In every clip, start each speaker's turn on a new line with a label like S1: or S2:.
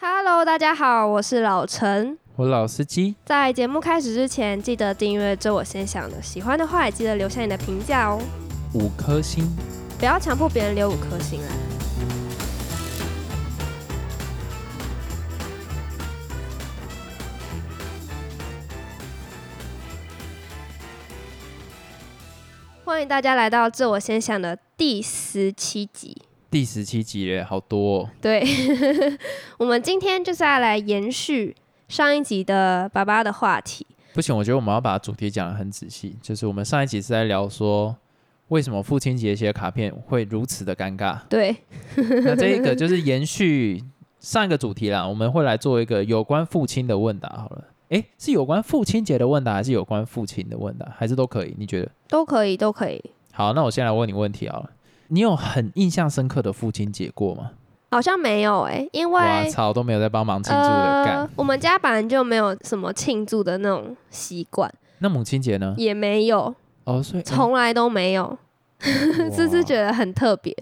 S1: Hello，大家好，我是老陈。
S2: 我老司机，
S1: 在节目开始之前，记得订阅“这我先想的”，喜欢的话也记得留下你的评价哦，
S2: 五颗星。
S1: 不要强迫别人留五颗星啊。欢迎大家来到“这我先想的”第十七集。
S2: 第十七集耶，好多、哦。
S1: 对， 我们今天就是要来延续上一集的爸爸的话题。。
S2: 不行，我觉得我们要把主题讲得很仔细。就是我们上一集是在聊说，为什么父亲节写卡片会如此的尴尬
S1: 对，
S2: 那这一个就是延续上一个主题啦，我们会来做一个有关父亲的问答。好了，诶，是有关父亲节的问答，还是有关父亲的问答，还是都可以？你觉得？
S1: 都可以，都可以。
S2: 好，那我先来问你问题好了。你有很印象深刻的父亲节过吗？
S1: 好像没有哎、因
S2: 哇
S1: 为呃
S2: 操，都没有在帮忙庆祝的干。，
S1: 我们家本来就没有什么庆祝的那种习惯，
S2: 那母亲节呢？
S1: 也没有，
S2: 哦，所以
S1: 从来都没有， 这
S2: 哇
S1: 是觉得很特别。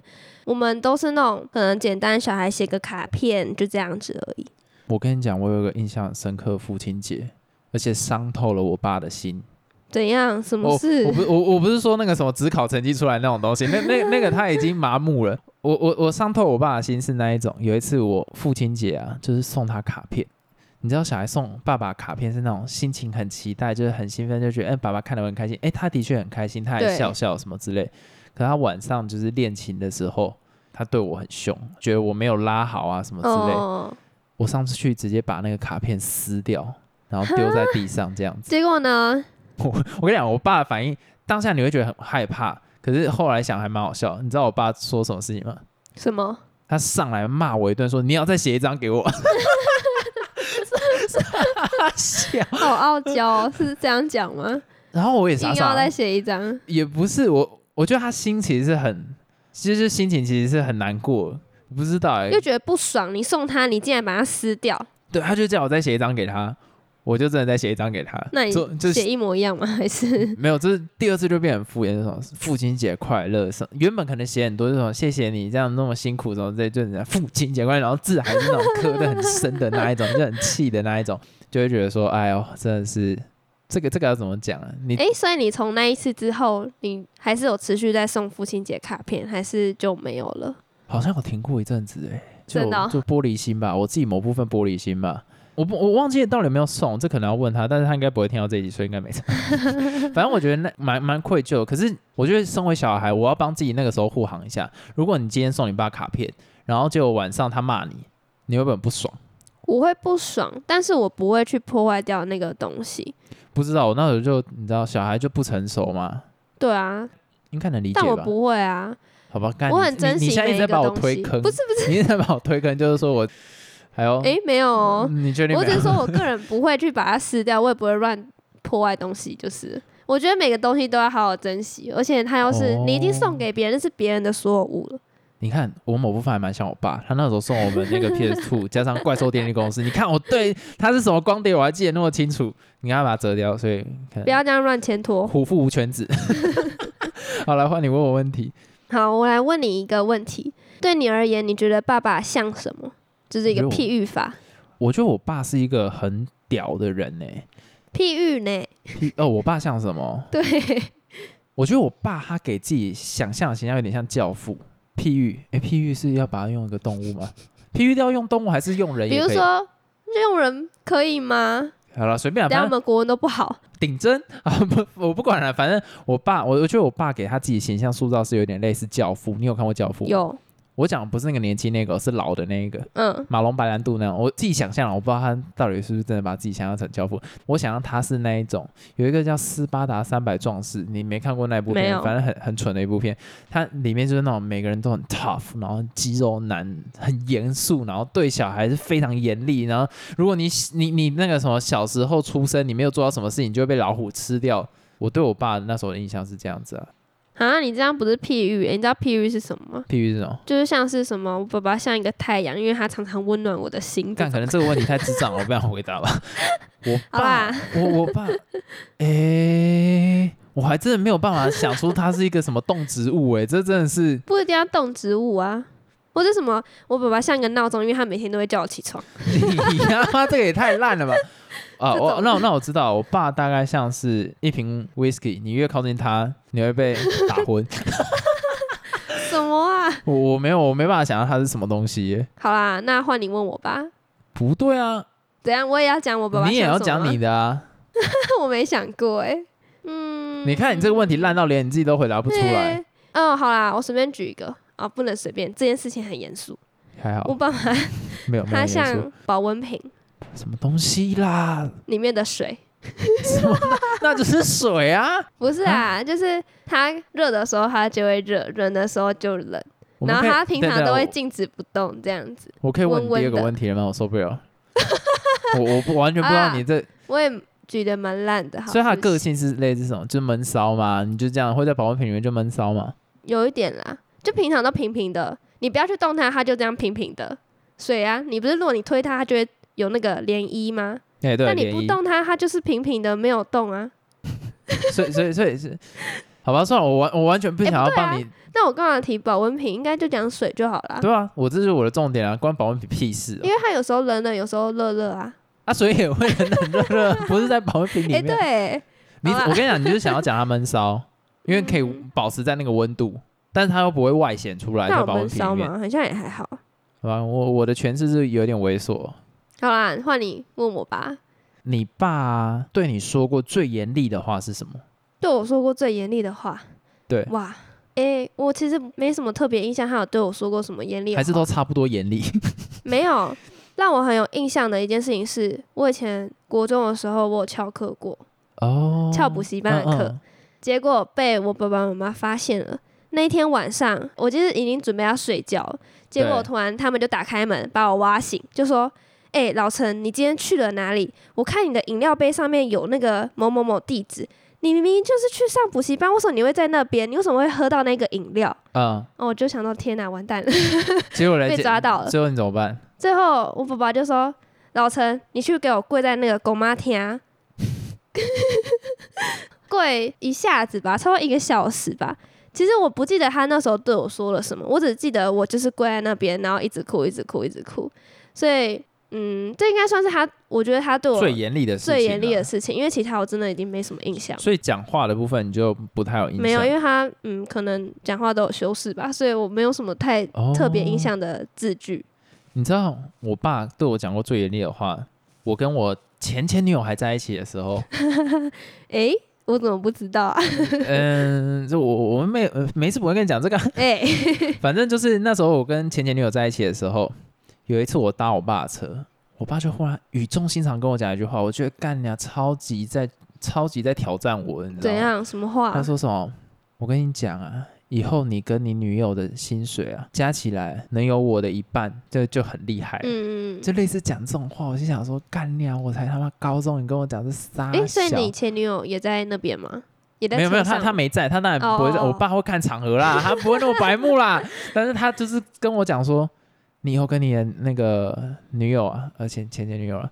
S1: 我们都是那种可能简单小孩写个卡片就这样子而已。
S2: 我跟你讲，我有一个印象很深刻的父亲节，而且伤透了我爸的心。
S1: 怎样？什么
S2: 我
S1: 事
S2: 哦我？不我我不是说那个什么只考成绩出来那种东西，那那那个他已经麻木了。我我我伤透我爸的心是那一种，有一次我父亲节啊，就是送他卡片。你知道小孩送爸爸卡片是那种心情很期待，就是很兴奋，就觉得哎、爸爸看得我很开心，哎、他的确很开心，他还
S1: 对
S2: 笑笑什么之类。可他晚上就是练琴的时候，他对我很凶，觉得我没有拉好啊什么之类。
S1: 哦，
S2: 我上次去直接把那个卡片撕掉，然后丢在地上这样子。
S1: 结果呢？
S2: 我跟你讲，我爸的反应当下你会觉得很害怕，可是后来想还蛮好笑。你知道我爸说什么事情吗？
S1: 什么？
S2: 他上来骂我一顿，说你要再写一张给我。 傻笑，
S1: 好傲娇哦、是这样讲 吗？
S2: 然后我也傻
S1: 硬要
S2: 傻
S1: 再，写一张，
S2: 也不是我，我觉得他心其实是很，其实心情其实是很难过，不知道哎、
S1: 又觉得不爽。你送他，你竟然把它撕掉，
S2: 对，他就叫我再写一张给他，我就真的再写一张给他。
S1: 那你
S2: 做就
S1: 写一模一样吗？还是
S2: 没有，这是第二次就变很敷衍，这种父亲节快乐什么，原本可能写很多这种谢谢你这样那么辛苦什么之类，就人家父亲节快乐，然后字还是那种刻的很深的那一种，就很气的那一种，就会觉得说，哎呦，真的是这个这个要怎么讲啊？你
S1: 哎、所以你从那一次之后，你还是有持续在送父亲节卡片，还是就没有了？
S2: 好像有停过一阵子哎、就
S1: 真的哦
S2: 就玻璃心吧，我自己某部分玻璃心吧。我不，我忘记到底有没有送，这可能要问他，但是他应该不会听到这一集，所以应该 没差。反正我觉得那蛮蛮愧疚的，可是我觉得身为小孩，我要帮自己那个时候护航一下。如果你今天送你爸卡片，然后结果晚上他骂你，你会不会很不爽？
S1: 我会不爽，但是我不会去破坏掉那个东西。
S2: 不知道，我那时候就你知道，小孩就不成熟嘛，
S1: 对啊，
S2: 应该能理解
S1: 但我
S2: 吧？
S1: 不会啊，
S2: 好吧，干
S1: 我
S2: 你
S1: 很珍惜
S2: 你你现在一直在
S1: 每一个
S2: 把我
S1: 东
S2: 推
S1: 西
S2: 坑，
S1: 不是
S2: 不是，你一直在把我推坑，就是说我，还有，
S1: 哎、没有哦，
S2: 你确 定没
S1: 我
S2: 有？
S1: 只是说我个人不会去把它撕掉，我也不会乱破坏东西，就是。我觉得每个东西都要好好珍惜，而且它要是、
S2: 哦
S1: 你已经送给别人，那是别人的所有物了。
S2: 你看，我某部分还蛮像我爸，他那时候送我们那个 PS Two，加上怪兽电力公司，你看我对它是什么光碟，我还记得那么清楚。你看他把它折掉，所以看
S1: 不要这样乱牵拖。
S2: 虎父无犬子。 好，来换你问我问题。
S1: 好，我来问你一个问题：对你而言，你觉得爸爸像什么？这是一个
S2: 我觉得
S1: 譬喻法，
S2: 我觉得我爸是一个很屌的人呢、
S1: 譬喻呢？
S2: 譬哦，我爸像什么？
S1: 对，
S2: 我觉得我爸他给自己想象的形象有点像教父。譬喻，哎、譬喻是要把它用一个动物吗？譬喻要用动物还是用人
S1: 比
S2: 也
S1: 如
S2: 可以？
S1: 说这种人可以吗？
S2: 好了，随便啊，
S1: 等
S2: 反
S1: 下我
S2: 正
S1: 们国文都不好，
S2: 顶针 啊！不，我不管了，反正我爸，我我觉得我爸给他自己形象塑造是有点类似教父。你有看过教父？。
S1: 有，
S2: 我讲的不是那个年轻那个，是老的那个
S1: 嗯，
S2: 马龙白兰度那样。我自己想象了，我不知道他到底是不是真的把自己想象成教父。我想象他是那一种，有一个叫《斯巴达三百壮士》，你没看过那部
S1: 没
S2: 片
S1: 有，
S2: 反正很很蠢的一部片。它里面就是那种每个人都很 tough，然后肌肉男，很严肃，然后对小孩是非常严厉，然后如果你你你那个什么小时候出生，你没有做到什么事情，你就会被老虎吃掉。我对我爸那时候的印象是这样子啊，
S1: 啊，你这样不是譬喻、欸你知道譬喻是什么吗？
S2: 譬喻这种，
S1: 就是像是什么，我爸爸像一个太阳，因为他常常温暖我的 心。
S2: 但可能这个问题太智障了，我不 想回答吧。我
S1: 好
S2: 爸
S1: 啦，
S2: 我我爸，诶、我还真的没有办法想出他是一个什么动植物、诶，这真的是
S1: 不一定要动植物啊，或者什么，我爸爸像一个闹钟，因为他每天都会叫我起床。
S2: 你他妈哎这个也太烂了吧！啊，
S1: 这
S2: 我
S1: 种
S2: 那我那我知道，我爸大概像是一瓶 whisky，你越靠近他，你会被打昏。
S1: 什么啊？
S2: 我我没有，我没办法想象它是什么东西耶。
S1: 好啦，那换你问我吧。
S2: 不对啊，
S1: 怎样？我也要讲我爸爸。
S2: 你也要讲你？的啊！
S1: 我没想过哎、嗯，
S2: 你看你这个问题烂到连你自己都回答不出来，
S1: 对。哦，好啦，我随便举一个啊、不能随便，这件事情很严肃。
S2: 还
S1: 我
S2: 好
S1: 爸爸
S2: 没有没有
S1: 他
S2: 严肃
S1: 像保温瓶
S2: 什么东西啦，
S1: 里面的水，
S2: 什么 那只是水啊。
S1: 不是啊，就是它热的时候它就会热，冷的时候就冷，
S2: 我们
S1: 然后
S2: 可以
S1: 它平
S2: 等
S1: 常
S2: 等
S1: 都会
S2: 我
S1: 静止不动这样子。
S2: 我可以问
S1: 温温
S2: 你第二个
S1: 的
S2: 问题了吗？我受不了， 我我不完全不知道
S1: 啊
S2: 你这，
S1: 我也举得蛮烂的，好
S2: 所以他的
S1: 对不
S2: 个
S1: 起
S2: 性是类似什么？就闷骚嘛，你就这样会在保温瓶里面就闷骚嘛。
S1: 有一点啦，就平常都平平的，你不要去动它，它就这样平平的。水啊，你不是如果你推它，它就会有那个涟漪吗？
S2: 哎、对，
S1: 但你
S2: 涟
S1: 不
S2: 漪
S1: 动它，它就是平平的，没有动啊。
S2: 所以所以所以是，好吧，算了，我完我完全不想要
S1: 哎不对啊
S2: 帮你，
S1: 那我干嘛提保温瓶？应该就讲水就好啦。
S2: 对啊，我这是我的重点啊，关保温瓶屁事、
S1: 因为它有时候冷冷，有时候热热啊。
S2: 啊，所以也会很冷热热， 不是在保温瓶里
S1: 哎、
S2: 面。
S1: 对，
S2: 你
S1: 好啦
S2: 我跟你讲，你就是想要讲它闷骚，因为可以
S1: 嗯
S2: 保持在那个温度，但是它又不会外显出来
S1: 那
S2: 在
S1: 我
S2: 保
S1: 们
S2: 温瓶
S1: 烧
S2: 里面。
S1: 吗？好像也还好。
S2: 好吧，我我的诠释是有点猥琐。
S1: 好啦，换你问我吧。
S2: 你爸对你说过最严厉的话是什么？
S1: 对我说过最严厉的话，
S2: 对，
S1: 哇，哎、我其实没什么特别印象，他有对我说过什么严厉的话？
S2: 还是都差不多严厉？
S1: 没有，让我很有印象的一件事情是，我以前国中的时候，我有翘课过，
S2: 哦，
S1: 翘补习班的课，结果被我爸爸妈妈发现了。那一天晚上，我就是已经准备要睡觉了，结果
S2: 对
S1: 我突然他们就打开门把我挖醒，就说：“哎、老陈，你今天去了哪里？我看你的饮料杯上面有那个某某某地址，你明明就是去上补习班，为什么你会在那边？你为什么会喝到那个饮料
S2: 嗯？”
S1: 哦，我就想到天哪，完蛋了。
S2: 嗯，结果 来
S1: 被
S2: 检
S1: 抓到了
S2: 最后你怎么办？
S1: 最后我爸爸就说：“老陈，你去给我跪在那个狗妈厅，啊 跪一下子吧，超过一个小时吧。”其实我不记得他那时候对我说了什么，我只记得我就是跪在那边，然后一直哭，一直哭，一直哭。所以，嗯，这应该算是他，我觉得他对我
S2: 最严厉的事情啊
S1: 最严厉的事情，因为其他我真的已经没什么印象。
S2: 所以讲话的部分你就不太有印象，
S1: 没有，因为他嗯，可能讲话都有修饰吧，所以我没有什么太
S2: 哦
S1: 特别印。象的字句。
S2: 你知道我爸对我讲过最严厉的话，我跟我前前女友还在一起的时 候，
S1: 诶，我怎么不知道啊？
S2: 嗯，就我我们没有呃没事不会跟你讲这个啊，
S1: 诶。
S2: 反正就是那时候我跟前前女友在一起的时候，有一次我搭我爸的车，我爸就忽然语重心长跟我讲一句话，我觉得干你啊，超级在超级在挑战我，你知
S1: 怎
S2: 道吗？
S1: 样？什么话
S2: 他？说什么？我跟你讲啊，以后你跟你女友的薪水啊，加起来能有我的一半，这就很厉害。
S1: 嗯嗯嗯。
S2: 就类似讲这种话，我就想说，干你啊！我才他妈高中，你跟我讲这啥？
S1: 哎、所以你前女友也在那边吗？也在
S2: 没有没有，
S1: 车
S2: 他
S1: 上
S2: 他没在，他当然不会在。
S1: 哦哦哦
S2: 我爸会看场合 啦，他不会那么白目啦。但是他就是跟我讲说，你以后跟你的那个女友啊，呃前前前女友啊，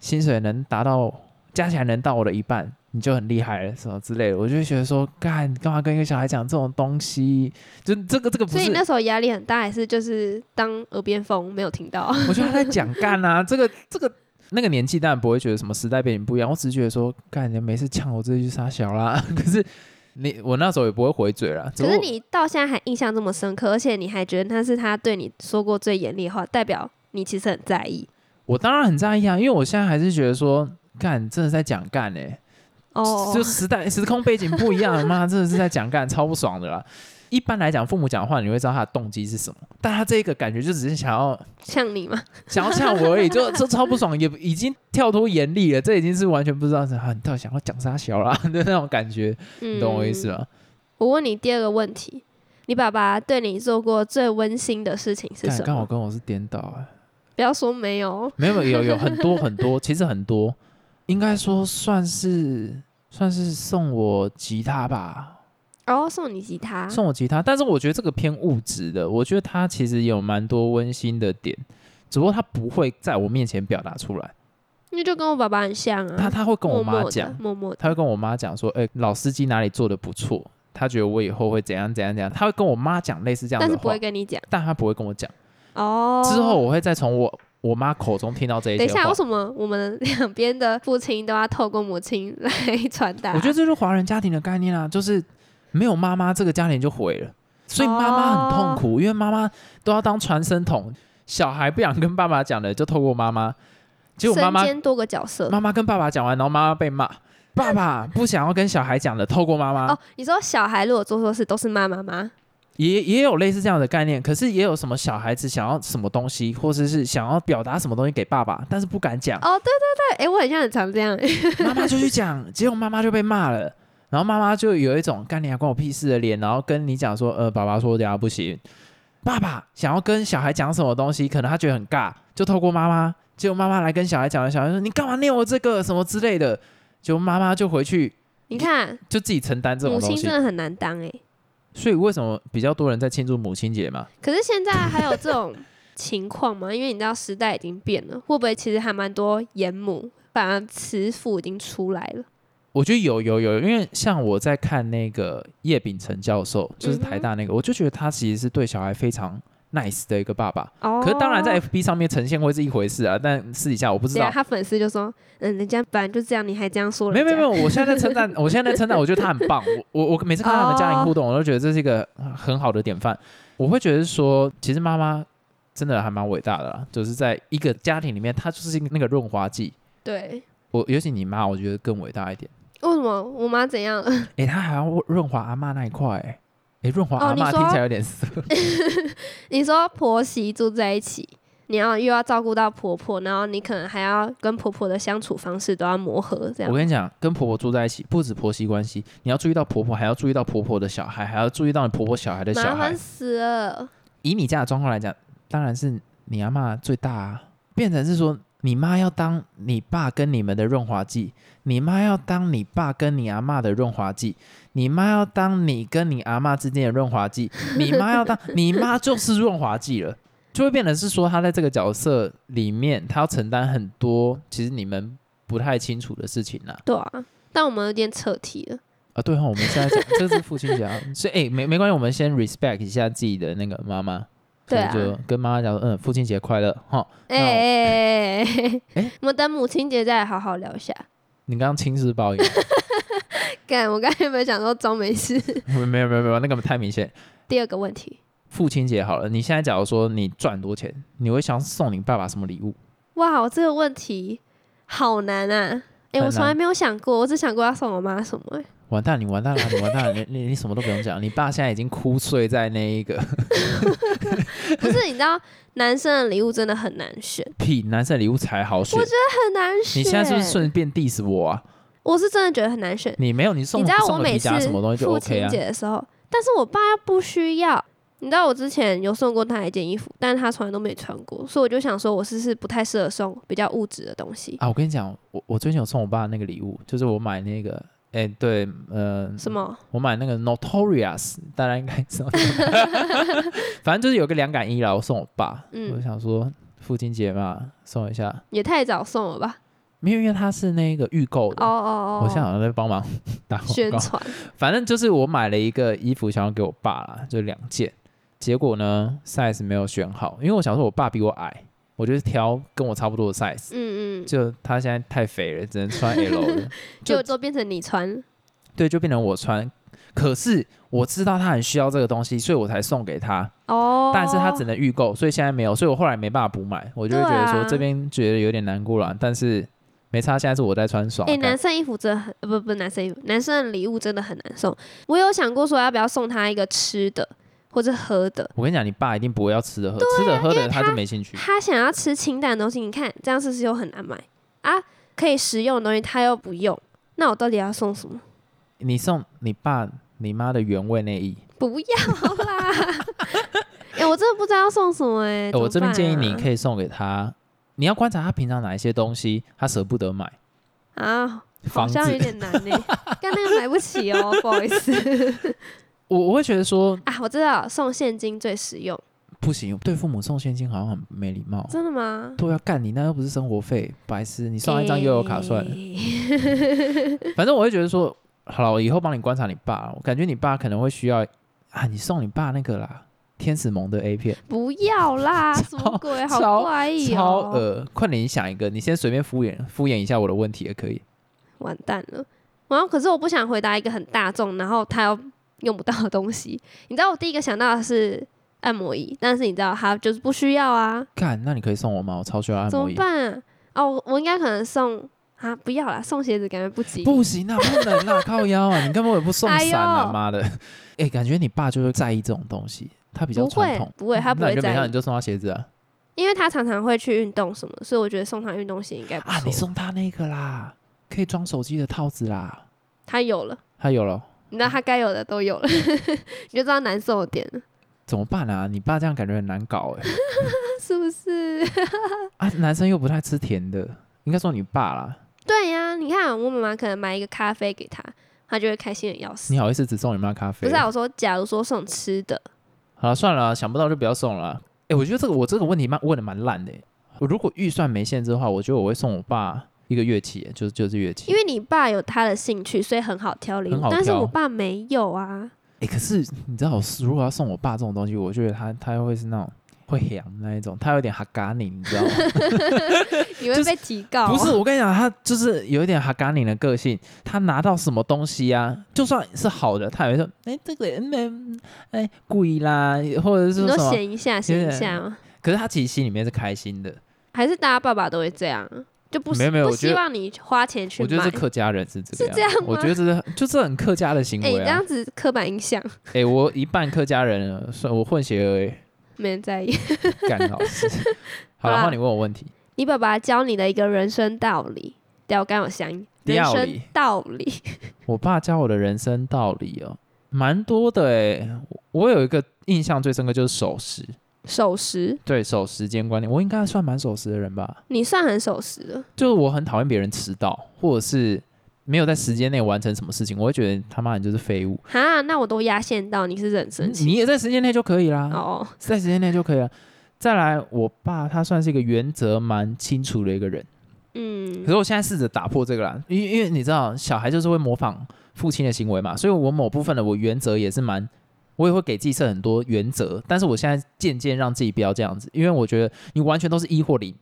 S2: 薪水能达到加起来能到我的一半，你就很厉害了，什么之类的。我就会觉得说，干干嘛跟一个小孩讲这种东西？就这个这个不
S1: 所以
S2: 是
S1: 你，那时候压力很大，还是就是当耳边风没有听 到？
S2: 我觉得他在讲干啊，这个这个。那个年纪当然不会觉得什么时代背景不一样，我只是觉得说，干你没事呛我这句傻小啦。 可是你我那时候也不会回嘴啦。只
S1: 可
S2: 不
S1: 是
S2: 过
S1: 你到现在还印象这么深刻，而且你还觉得那是他对你说过最严厉的话，代表你其实很在意。
S2: 我当然很在意啊，因为我现在还是觉得说，干真的在讲干哎，
S1: 哦，
S2: 就时代时空背景不一 样，妈真的是在讲干，超不爽的啦。一般来讲，父母讲话你会知道他的动机是什么，但他这个感觉就只是想要
S1: 像你嘛，
S2: 想要呛我而已，就就超不爽，也已经跳脱严厉了，这已经是完全不知道是啊，你到底想要讲啥小啦 的那种感觉，
S1: 嗯，
S2: 你懂我意思？吗？
S1: 我问你第二个问题，你爸爸对你做过最温馨的事情是
S2: 干
S1: 什
S2: 刚好
S1: 么？
S2: 跟我是颠倒哎、
S1: 不要说没有，
S2: 没有有有很多很多， 其实很多，应该说算是算是送我吉他吧，
S1: 哦，送你吉他，
S2: 送我吉他，但是我觉得这个偏物质的，我觉得他其实有蛮多温馨的点，只不过他不会在我面前表达出来，
S1: 那就跟我爸爸很像啊。
S2: 他他会跟我
S1: 默
S2: 妈
S1: 默地
S2: 讲，
S1: 默默的。
S2: 他会跟我妈讲说，哎、老司机哪里做的不错，他觉得我以后会怎样怎样怎样，他会跟我妈讲类似这样
S1: 但
S2: 的
S1: 是
S2: 话，
S1: 不会跟你讲。
S2: 但他不会跟我讲，
S1: 哦，
S2: 之后我会再从我我妈口中听到这一些
S1: 等一下，
S2: 话
S1: 为什么我们 两边的父亲都要透过母亲来传达？
S2: 我觉得这就是华人家庭的概念啊，就是没有妈妈，这个家庭就毁了。所以妈妈很痛
S1: 哦
S2: 苦，因为妈妈都要当传声筒，小孩不想跟爸爸讲的，就透过妈妈。结果妈妈
S1: 身兼多个角色
S2: 妈妈跟爸爸讲完，然后妈妈被骂，爸 爸不想要跟小孩讲的，透过妈妈。
S1: 哦。你说小孩如果做错事都是妈妈吗？
S2: 也也有类似这样的概念，可是也有什么小孩子想要什么东西，或者是想要表达什么东西给爸爸，但是不敢讲，
S1: 哦，对对对，哎，我很像很常这样，
S2: 妈妈就去讲，结果妈妈就被骂了。然后妈妈就有一种干你啊关我屁事的脸，然后跟你讲说，呃，爸爸说这样不行。爸爸想要跟小孩讲什么东西，可能他觉得很尬，就透过妈妈，结果妈妈来跟小孩讲，小孩说你干嘛念我这个什么之类的，结果妈妈就回去
S1: 你看
S2: 就自己承担这种
S1: 母
S2: 东
S1: 亲
S2: 西
S1: 真。的很难当哎。
S2: 所以为什么比较多人在庆祝母亲节嘛？
S1: 可是现在还有这种情况吗？因为你知道时代已经变了，会不会其实还蛮多严母，反而慈父已经出来了？
S2: 我觉得有有有，因为像我在看那个叶秉成教授，就是台大那个，我就觉得他其实是对小孩非常 nice 的一个爸爸。
S1: 哦
S2: 可是当然在 FB 上面呈现会是一回事啊，但私底下我不知
S1: 对啊，
S2: 道。
S1: 他粉丝就说，嗯，人家本来就这样，你还这样说
S2: 没
S1: 人
S2: 有
S1: 家，
S2: 没有没有，我现在在 称赞，我现在在称赞，我觉得他很棒。我我我每次看他们家庭
S1: 哦
S2: 互动，我都觉得这是一个很好的典范。我会觉得说，其实妈妈真的还蛮伟大的啦，就是在一个家庭里面，她就是一个那个润滑剂。
S1: 对，
S2: 我尤其你妈，我觉得更伟大一点。
S1: 为什么我妈怎样？
S2: 诶，她还要润滑阿妈那一块、诶诶润滑
S1: 哦
S2: 阿
S1: 你
S2: 妈
S1: 说
S2: 听起来有点色。
S1: 你说婆媳住在一起，你要又要照顾到婆婆，然后你可能还要跟婆婆的相处方式都要磨合，这样
S2: 我。跟你讲，跟婆婆住在一起，不止婆媳关系，你要注意到婆婆，还要注意到婆婆的小孩，还要注意到你婆婆小孩的小
S1: 麻
S2: 孩
S1: 烦。死了！
S2: 以你家的状况来讲，当然是你阿妈最大啊，变成是说你妈要当你爸跟你们的润滑剂，你妈要当你爸跟你阿妈的润滑剂，你妈要当你跟你阿妈之间的润滑剂，你妈要当 你妈就是润滑剂了。就会变成是说，她在这个角色里面，她要承担很多其实你们不太清楚的事情啦、
S1: 对啊，但我们有点扯题了。
S2: 啊，对哈、我们现在讲这是父亲节啊， 所以哎、没没关系，我们先 respect 一下自己的那个妈妈，所
S1: 对
S2: 以
S1: 啊
S2: 就跟妈妈讲说，嗯，父亲节快乐哈。
S1: 哎哎哎哎哎
S2: 哎！
S1: 我们等母亲节再好好聊一下。
S2: 你刚刚亲自报应，
S1: 干，我刚才有没有想说装没事？
S2: 没有没有没有没有，那个太明显。
S1: 第二个问题，
S2: 父亲节好了，你现在假如说你赚很多钱，你会想送你爸爸什么礼物？
S1: 哇，这个问题好难啊！哎、
S2: 很
S1: 我从来
S2: 难
S1: 没有想过，我只想过要送我妈什么、欸。
S2: 完蛋，你完蛋了，你完蛋了，你你你什么都不用讲，你爸现在已经哭碎在那一个
S1: 不是，你知道，男生的礼物真的很难选，
S2: 屁男生的礼物才好选
S1: 我。觉得很难选。
S2: 你现在是不是顺便 diss 我啊？
S1: 我是真的觉得很难选。
S2: 你没有，你送
S1: 你知道我
S2: 送个
S1: 每
S2: 皮
S1: 次
S2: 夹什么东西就
S1: 父
S2: OK
S1: 亲
S2: 啊？
S1: 节的时候，但是我爸不需要。你知道我之前有送过他一件衣服，但是他从来都没穿过，所以我就想说，我是不是不太适合送比较物质的东西？
S2: 啊，我跟你讲，我我最近有送我爸那个礼物，就是我买那个，哎、对，呃，
S1: 什么？
S2: 我买那个 Notorious，大家应该知道，反正就是有个 凉感衣啦，我送我爸，
S1: 嗯
S2: 我想说父亲节嘛，送一下，
S1: 也太早送了吧？
S2: 没有，因为他是那个预购的
S1: 哦哦哦！
S2: 我现在好像在帮忙 打广
S1: 宣
S2: 告，
S1: 传
S2: 反正就是我买了一个衣服想要给我爸啦，就两件，结果呢 size 没有选好，因为我想说我爸比我矮，我就是挑跟我差不多的 size，
S1: 嗯嗯，
S2: 就他现在太肥了，只能穿 L 了。
S1: 就
S2: 就
S1: 都变成你穿，
S2: 对，就变成我穿。可是我知道他很需要这个东西，所以我才送给他。
S1: 哦，
S2: 但是他只能预购，所以现在没有，所以我后来没办法补买。我就会觉得
S1: 对
S2: 说
S1: 啊
S2: 这边觉得有点难过了，但是没差。现在是我在穿爽
S1: 哎、
S2: 的感
S1: 男
S2: 觉。
S1: 生衣服真的很，呃不不，男生衣服，男生的礼物真的很难送。我有想过说要不要送他一个吃的或者喝的，
S2: 我跟你讲，你爸一定不会要吃的喝，吃的喝的他就没兴趣。
S1: 啊他想要吃清淡的东西，你看这样是不是又很难买啊？可以食用的东西他又不用，那我到底要送什么？
S2: 你送你爸你妈的原味内衣，
S1: 不要啦！ 哎、我真的不知道要送什么哎、
S2: 哎我这边建议你
S1: 以
S2: 可以送给他，你要观察他平常哪一些东西他舍不得买，
S1: 啊，好
S2: 房
S1: 像有
S2: 子。
S1: 点难呢、但那个买不起哦，不好意思
S2: 我我会觉得说
S1: 啊，我知道送现金最实用，
S2: 不行，对父母送现金好像很没礼貌。
S1: 真的吗？
S2: 对啊，干你那又不是生活费，白痴！你上一张悠游卡算了。
S1: 欸
S2: 反正我会觉得说，好了，我以后帮你观察你爸，我感觉你爸可能会需要啊，你送你爸那个啦，天使萌的 A 片，
S1: 不要啦，什么鬼？好
S2: 超
S1: 怪异
S2: 超
S1: 哦！
S2: 恶。快点，你想一个，你先随便敷衍敷衍一下我的问题也可以。
S1: 完蛋了。然后可是我不想回答一个很大众，然后他又用不到的东西。你知道我第一个想到的是按摩椅，但是你知道他就是不需要啊，
S2: 干，那你可以送我吗？我超需要按
S1: 怎
S2: 摩
S1: 么
S2: 椅。
S1: 办啊？哦，我我应该可能送啊，不要啦，送鞋子感觉不吉利。
S2: 不行啊，不能啊，靠腰啊！你根本也不送伞
S1: 哎
S2: 啊，
S1: 呦
S2: 妈的！哎、感觉你爸就是在意这种东西，他比较
S1: 不
S2: 传
S1: 会
S2: 统，。嗯
S1: 不会，他不
S2: 那
S1: 会
S2: 你就没
S1: 在
S2: 他，
S1: 意
S2: 你，就送他鞋子啊
S1: 因为他常常会去运动什么，所以我觉得送他运动鞋应该不
S2: 啊！你
S1: 错。
S2: 送他那个啦，可以装手机的套子啦，
S1: 他有了，
S2: 他有了。
S1: 你知道他该有的都有了， 你就知道难受的点了，
S2: 怎么办啊？你爸这样感觉很难搞哎、
S1: 是不是？
S2: 啊，男生又不太吃甜的，应该说你爸啦。
S1: 对呀、你看我妈妈可能买一个咖啡给他，他就会开心的要死
S2: 你。好意思只送你妈咖啡？
S1: 不是、啊，我说假如说送吃的，
S2: 好了，算了啊，想不到就不要送了啊。哎、我觉得这个我这个问题蛮问的蛮烂的欸。我如果预算没限制的话，啊我觉得我会送我爸一个乐器欸，就是就是乐器。
S1: 因为你爸有他的兴趣，所以很好挑礼
S2: 很
S1: 物
S2: 好，
S1: 但是
S2: 挑
S1: 我爸没有啊。
S2: 哎、可是你知道，如果要送我爸这种东西，我觉得他他会是那种会痒那一种，他有点哈嘎你，你知道吗？
S1: 你会
S2: 就是
S1: 被提告、啊
S2: 不是，，我跟你讲，他就是有一点哈嘎你的个性。他拿到什么东西啊，就算是好的，他也会说，哎、这个嗯哎、贵啦，或者是
S1: 你
S2: 什
S1: 说
S2: 么。
S1: 闲一下，闲一下吗？
S2: 可是他其实心里面是开心的。
S1: 还是大家爸爸都会这样，就不
S2: 没有没有
S1: 不
S2: 我觉得
S1: 希望你花钱去
S2: 我觉得
S1: 买
S2: 是。客家人是这个
S1: 是这样吗
S2: 我觉得这是就是很客家的行
S1: 哎、你
S2: 为
S1: 这
S2: 啊
S1: 样。子刻板印象，
S2: 哎、我一半客家人了，算我混血儿哎、
S1: 没人在意。
S2: 干老 师。
S1: 好
S2: 好了，
S1: 啦啊
S2: 换你问我问题。
S1: 你爸爸教你的一个人生道理，对我刚有想你，人
S2: 料理
S1: 生道理，
S2: 我爸教我的人生道理哦，蛮多的哎。我我有一个印象最深刻就是守时，
S1: 守时，
S2: 对守时间观念，我应该算蛮守时的人吧。
S1: 你算很守时的，
S2: 就是我很讨厌别人迟到，或者是没有在时间内完成什么事情，我会觉得他妈你就是废物。
S1: 哈，那我都压线到，你是忍生气
S2: 你也在时间内就可以啦。
S1: 哦，
S2: 在时间内就可以了。再来，我爸他算是一个原则蛮清楚的一个人，可
S1: 嗯，
S2: 是我现在试着打破这个啦，因为因为你知道，小孩就是会模仿父亲的行为嘛，所以我某部分的我原则也是蛮，我也会给自己设很多原则，但是我现在渐渐让自己不要这样子，因为我觉得你完全都是一或零，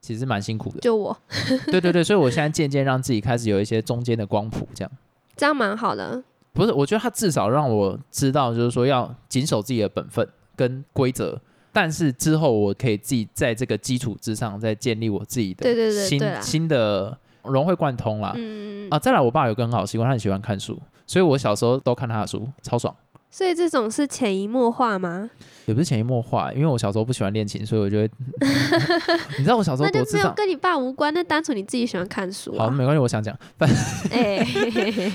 S2: 其实蛮辛苦的。
S1: 就我
S2: 对对对，所以我现在渐渐让自己开始有一些中间的光谱，这样
S1: 这样蛮好的，
S2: 不是，我觉得他至少让我知道，就是说要谨守自己的本分跟呃规则，但是之后我可以自己在这个基础之上再建立我自己的
S1: 对对对
S2: 新
S1: 对啦
S2: 新的融会贯通啦。
S1: 嗯，
S2: 啊，再来，我爸有个很好的习惯，他很喜欢看书，所以我小时候都看他的书，超爽。
S1: 所以这种是潜移默化吗？
S2: 也不是潜移默化，因为我小时候不喜欢练琴，所以我就会，嗯你知道我小时候
S1: 那就
S2: 多智
S1: 没有
S2: 障。
S1: 跟你爸无关，那单纯你自己喜欢看书
S2: 好，
S1: 啊。
S2: 没关系，我想讲，
S1: 哎， 嘿嘿嘿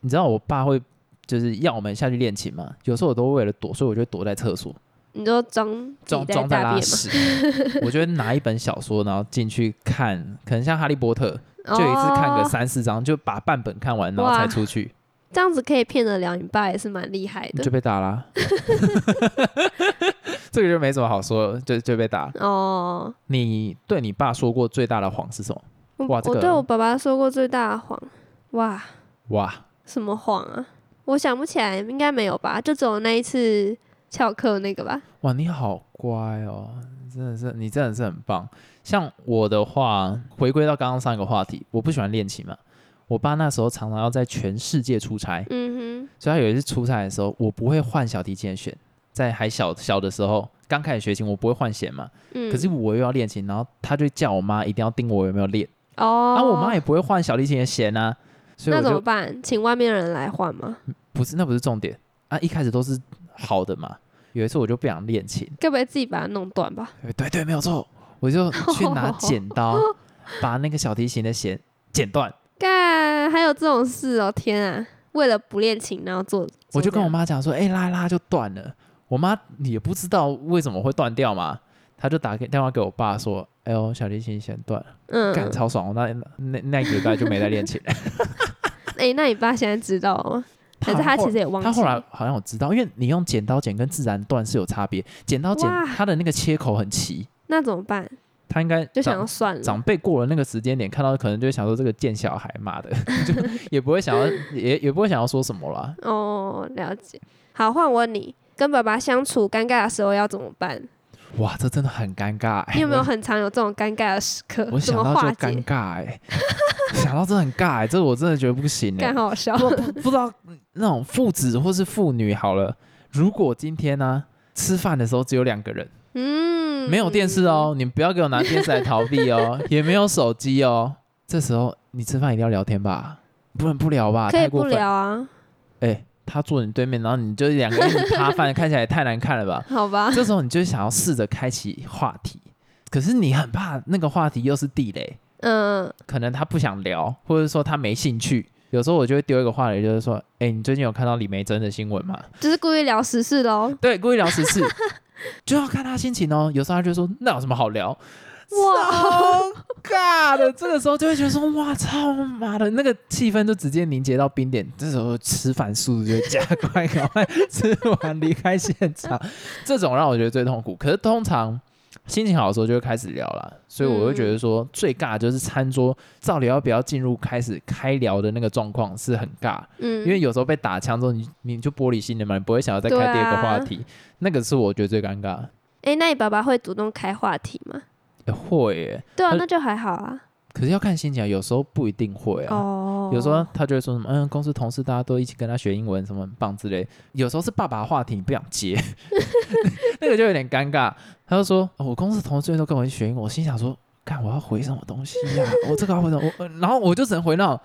S2: 你知道我爸会就是要我们下去练琴嘛，有时候我都为了躲，所以我就会躲在厕所。
S1: 你就装自己
S2: 装
S1: 在
S2: 装在
S1: 大
S2: 拉
S1: 便嘛。
S2: 屎。 我就会拿一本小说，然后进去看，可能像《哈利波特》，就一次看个
S1: 哦
S2: 三四章，就把半本看完，然后才
S1: 哇
S2: 出 去，
S1: 这样子可以骗得了你爸，也是蛮厉害的
S2: 就被打啦。 这个就没什么好说的，就就被打。
S1: 哦。
S2: 你对你爸说过最大的谎是什么？
S1: 我
S2: 哇这
S1: 我
S2: 个
S1: 对我爸爸说过最大的谎，哇，
S2: 哇，
S1: 什么谎啊？我想不起来，应该没有吧？就只有那一次翘课那个吧。
S2: 哇，你好乖哦，真的是你真的是很棒。像我的话，回归到刚刚上一个话题，我不喜欢练琴嘛。我爸那时候常常要在全世界出差，
S1: 嗯
S2: 所以他有一次出差的时候，我不会换小提琴的弦，在还小小的时候，刚开始学琴，我不会换弦嘛。
S1: 哼，嗯。
S2: 可是我又要练琴，然后他就叫我妈一定要盯我有没有练，
S1: 哦，
S2: 啊，我妈也不会换小提琴的弦啊，所以
S1: 那
S2: 我
S1: 怎么
S2: 就
S1: 办？请外面的人来换吗？
S2: 不是那不是重点啊，一开始都是好的嘛。有一次我就不想练琴，
S1: 该不会自己把它弄断吧？
S2: 对对对，没有错，我就去拿
S1: 哦
S2: 剪刀 把那个小提琴的弦剪断，
S1: 干，还有这种事哦！天啊，为了不练琴，然后做，
S2: 我就
S1: 做这
S2: 跟我
S1: 样
S2: 妈讲说，哎、拉一拉就断了。我妈也不知道为什么会断掉嘛，她就打给电话给我爸说，哎呦，小提琴弦断了，干
S1: 嗯，
S2: 超爽。我哦那那那一个礼拜就没再练琴 了。
S1: 哎、那你爸现在知道了吗？还
S2: 好
S1: 是他
S2: 像后
S1: 其实也忘记？
S2: 她后来好像我知道，因为你用剪刀剪跟自然断是有差别，剪刀剪
S1: 哇
S2: 它的那个切口很齐，
S1: 那怎么办？
S2: 她应该
S1: 就想要
S2: 长
S1: 算了。
S2: 长辈过了那个时间点，看到可能就会想说这个贱小孩，妈的， 就也不会想要也也不会想要说什么啦。
S1: 哦，了解。好，换我问你，跟爸爸相处尴尬的时候要怎么办？
S2: 哇，这真的很尴尬、欸。
S1: 你有没有
S2: 我？
S1: 很常有这种尴尬的时刻？
S2: 我
S1: 怎
S2: 想
S1: 么
S2: 到就
S1: 化
S2: 尴
S1: 解？
S2: 尬哎、想到这很尬哎、这我真的觉得不行哎、
S1: 干好好 笑。
S2: 不不不知道那种父子或是父女好了，如果今天呢、吃饭的时候只有两个人，
S1: 嗯，
S2: 没有电视哦，你不要给我拿电视来逃避哦， 也没有手机哦，这时候你吃饭一定要聊天吧，不能不聊
S1: 嗯
S2: 吧，
S1: 可以
S2: 太过
S1: 不
S2: 分。
S1: 聊啊，
S2: 哎、他坐你对面，然后你就两个人一起趴饭， 看起来也太难看 了吧？
S1: 好吧？
S2: 这时候你就想要试着开启话题，可是你很怕那个话题又是地雷，
S1: 嗯，
S2: 可能他不想聊，或者说他没兴趣。有时候我就会丢一个话题，就是说，哎、你最近有看到李梅珍的新闻吗？
S1: 就是故意聊时事喽。
S2: 对，故意聊时事，就要看他心情哦。有时候他就说，那有什么好聊？啊
S1: 哇，
S2: 超尬的，这个时候就会觉得说，哇操妈的，那个气氛就直接凝结到冰点。这时候吃饭速度就会加快，赶快吃完离开现场。这种让我觉得最痛苦。可是通常心情好的时候就会开始聊了，所以我会觉得说，最尬就是餐桌到底要不要进入开始开聊的那个状况是很尬，
S1: 嗯，
S2: 因为有时候被打枪之后，你你就玻璃心了嘛，你不会想要再
S1: 对
S2: 开
S1: 啊
S2: 第二个话题，那个是我觉得最尴尬。
S1: 哎、那你爸爸会主动开话题吗？
S2: 欸会耶，
S1: 对啊，
S2: 呃
S1: 那就还好啊。
S2: 可是要看心情啊，有时候不一定会啊。
S1: 哦，
S2: 有时候他就会说什么，嗯，公司同事大家都一起跟他学英文，什么很棒之类。有时候是爸爸的话题你不想接， 那个就有点尴尬。他就说，哦我公司同事都跟我一起学英文，我心想说，看我要回什么东西呀、 我这个要回什么？我、呃然后我就只能回那种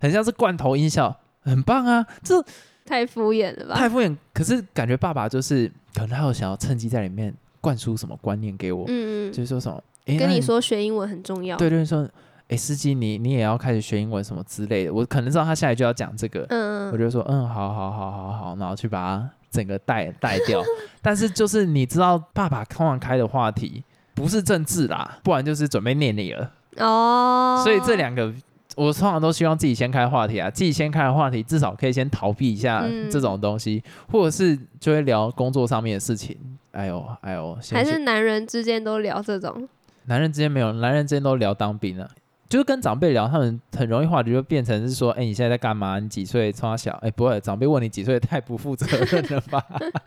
S2: 很像是罐头音效，很棒啊，这
S1: 太敷衍了吧？
S2: 太敷衍。可是感觉爸爸就是可能他有想要趁机在里面灌输什么观念给我，
S1: 嗯
S2: 就
S1: 嗯，
S2: 是说什么，诶
S1: 跟
S2: 那
S1: 你说学英文很重要。
S2: 对，就是说，哎、司机你你也要开始学英文什么之类的。我可能知道他下来就要讲这个，
S1: 嗯，
S2: 我
S1: 嗯，
S2: 就说，嗯，好好好好好，然后去把它整个带带 掉。但是就是你知道，爸爸通常开的话题不是政治啦，不然就是准备念你了。
S1: 哦，
S2: 所以这两个。我通常都希望自己先开话题啊，自己先开的话题，至少可以先逃避一下
S1: 嗯
S2: 这种东西，或者是就会聊工作上面的事情。哎呦，哎呦，先
S1: 还
S2: 去
S1: 是男人之间都聊这种。
S2: 男人之间没有，男人之间都聊当兵了。就是跟长辈聊，他们很容易话题就变成是说，哎、你现在在干嘛？你几岁？从小，哎、不会，长辈问你几岁，太不负责任了吧？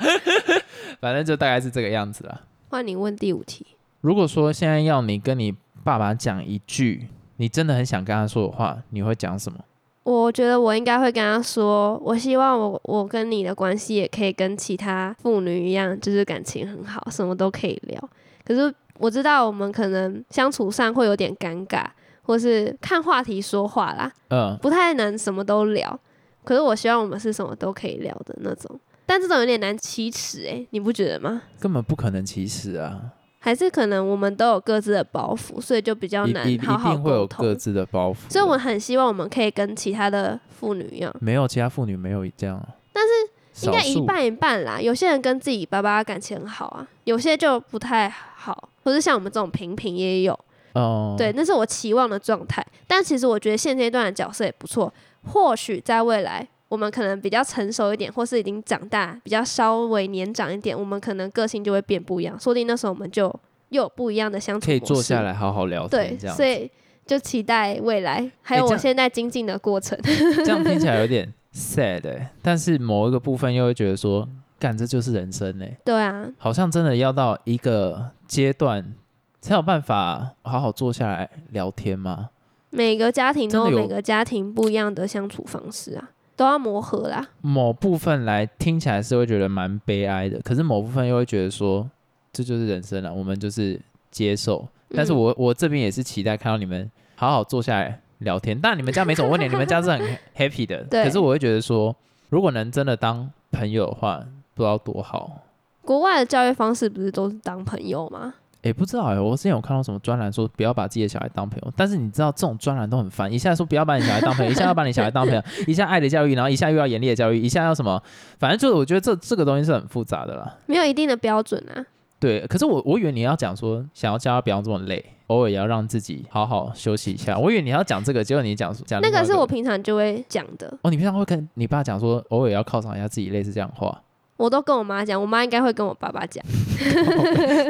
S2: 反正就大概是这个样子啦。
S1: 换你问第五题，
S2: 如果说现在要你跟你爸爸讲一句你真的很想跟他说的话，你会讲什么？
S1: 我觉得我应该会跟他说，我希望我我跟你的关系也可以跟其他妇女一样，就是感情很好，什么都可以聊。可是我知道我们可能相处上会有点尴尬，或是看话题说话啦。
S2: 嗯，
S1: 不太能什么都聊。可是我希望我们是什么都可以聊的那种，但这种有点难启齿哎，你不觉得吗？
S2: 根本不可能，其实啊，
S1: 还是可能我们都有各自的包袱，所以就比较
S2: 一一一
S1: 难好好
S2: 定会有
S1: 沟
S2: 各
S1: 通。
S2: 自的包袱。
S1: 所以我很希望我们可以跟其他的妇女一样，
S2: 没有其他妇女没有这样，但是
S1: 应该一半一半啦。有些人跟自己爸爸感情很好啊，有些就不太好，或是像我们这种平平也有。
S2: 哦，
S1: 对，那是我期望的状态。但其实我觉得现阶段的角色也不错，或许在未来我们可能比较成熟一点，或是已经长大，比较稍微年长一点，我们可能个性就会变不一样，说不定那时候我们就又有不一样的相处
S2: 可以
S1: 模
S2: 坐
S1: 式
S2: 下。来好好聊
S1: 对
S2: 天，这样子
S1: 所。以就期待未来，还
S2: 诶
S1: 有
S2: 这
S1: 我
S2: 样
S1: 现在精进的过程。
S2: 这样听起来有点 sad，、欸、但是某一个部分又会觉得说，
S1: 嗯
S2: 干这就是人生呢、
S1: 对啊，
S2: 好像真的要到一个阶段才有办法好好坐下来聊天嘛。
S1: 每个家庭都
S2: 真的
S1: 有
S2: 有
S1: 每个家庭不一样的相处方式啊，都要磨合啦。
S2: 某部分来听起来是会觉得蛮悲哀的，可是某部分又会觉得说，这就是人生啊了，我们就是接受。但是
S1: 嗯
S2: 我、我这边也是期待看到你们好好坐下来聊天。但你们家没 什么问题，你们家是很 happy 的。
S1: 对
S2: 可是我会觉得说，如果能真的当朋友的话，不知道多好。
S1: 国外的教育方式不是都是当朋友吗？
S2: 也、不知道哎、我之前有看到什么专栏说不要把自己的小孩当朋友，但是你知道这种专栏都很烦，一下说不要把你小孩当朋友，一下要把你小孩当朋友，一下爱的教育，然后一下又要严厉的教育，一下要什么，反正就是我觉得这这个东西是很复杂的啦。
S1: 没有一定的标准啊。
S2: 对，可是我我以为你要讲说想要教他不要这么累，偶尔也要让自己好好休息一下。我以为你要讲这个，结果你讲讲
S1: 那
S2: 另外
S1: 个
S2: 一
S1: 是我平常就会讲的，
S2: 哦，你平常会跟你爸讲说偶尔也要犒赏一下自己，类似这样的 话，
S1: 我都跟我妈讲，我妈应该会跟我爸爸讲，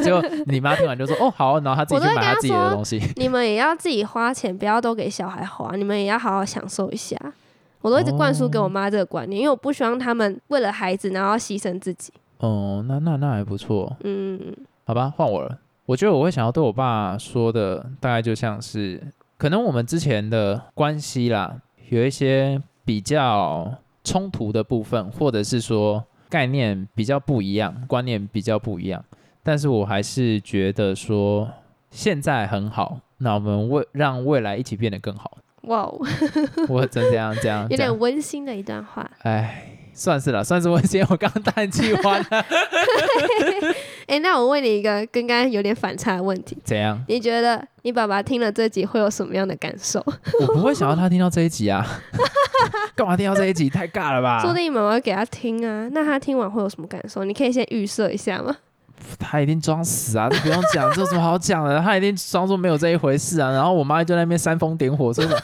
S2: 结果你妈听完就说哦好，然后她自己
S1: 我都会
S2: 去
S1: 跟
S2: 买她
S1: 她
S2: 自己的
S1: 说
S2: 东西。
S1: 你们也要自己花钱，不要都给小孩花，你们也要好好享受一下。
S2: 哦
S1: 我都一直灌输给我妈这个观念，因为我不希望他们为了孩子然后牺牲自己。
S2: 哦，那那那还不错，
S1: 嗯，
S2: 好吧，换我了。我觉得我会想要对我爸说的，大概就像是，可能我们之前的关系啦，有一些比较冲突的部分，或者是说概念比较不一样，观念比较不一样，但是我还是觉得说现在很好，那我们未让未来一起变得更好。
S1: 哇哦，
S2: 我真这样这样，
S1: 有
S2: 啊这样
S1: 点温馨的一段话。
S2: 哎，算是了，算是我 先我刚淡气完 了，
S1: 哎、那我问你一个跟刚刚有点反差的问题，
S2: 怎样？
S1: 你觉得你爸爸听了这集会有什么样的感受？
S2: 我不会想要他听到这 一集啊， 干嘛听到这一集？太尬了吧
S1: 说不？定妈妈会给他听啊，那他听完会有什么感受？你可以先预设一下吗？
S2: 他一定装死啊，这不用讲，这有什么好讲的？他一定装作没有这一回事啊。然后我妈就在那边煽风点火，说什么：“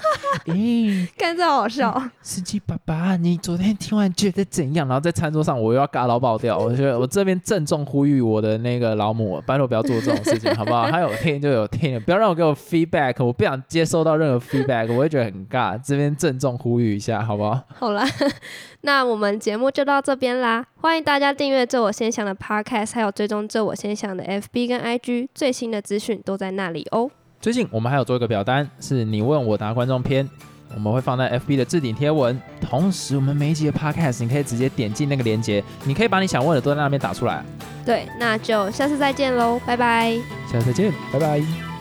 S2: 咦、
S1: 干这好笑，哦
S2: 司机爸爸，你昨天听完觉得怎样？”然后在餐桌上我又要尬到爆掉。我觉得我这边郑重呼吁我的那个老母，拜托不要做这种事情，好不好？他有听就有听，不要让我给我 feedback，我不想接收到任何 feedback，我会觉得很尬。这边郑重呼吁一下，好不好？
S1: 好啦， 那我们节目就到这边啦。欢迎大家订阅“这我先想”的 Podcast，还有追踪“这我先想”的 FB 跟 IG，最新的资讯都在那里哦。
S2: 最近我们还有做一个表单，是你问我答观众篇，我们会放在 FB 的置顶贴文。同时，我们每一集的 Podcast 你可以直接点进那个链接，你可以把你想问的都在那边打出来。
S1: 对，那就下次再见喽，拜拜。
S2: 下次再见，拜拜。